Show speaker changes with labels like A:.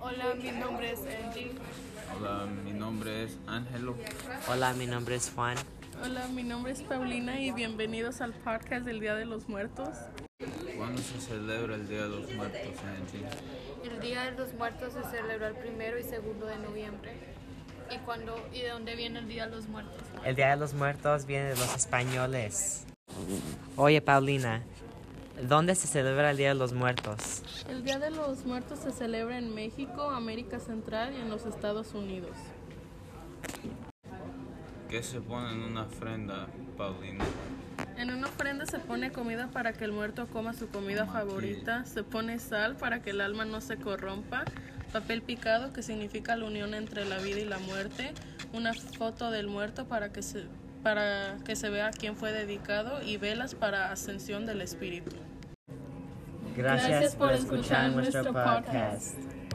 A: Hola, mi nombre es Angie.
B: Hola, mi nombre es Ángelo.
C: Hola, mi nombre es Juan.
A: Hola, mi nombre es Paulina y bienvenidos al podcast del Día de los Muertos.
B: ¿Cuándo se celebra el Día de los Muertos en Chile?
D: El Día de los Muertos se celebra el primero y segundo de noviembre. ¿Y cuándo y de dónde viene el Día de los Muertos?
C: El Día de los Muertos viene de los españoles. Oye, Paulina, ¿dónde se celebra el Día de los Muertos?
A: El Día de los Muertos se celebra en México, América Central y en los Estados Unidos.
B: ¿Qué se pone en una ofrenda, Paulina?
A: En una ofrenda se pone comida para que el muerto coma su comida favorita, se pone sal para que el alma no se corrompa, papel picado que significa la unión entre la vida y la muerte, una foto del muerto para que se, para que se vea a quién fue dedicado y velas para ascensión del espíritu.
C: Gracias, por escuchar nuestro podcast.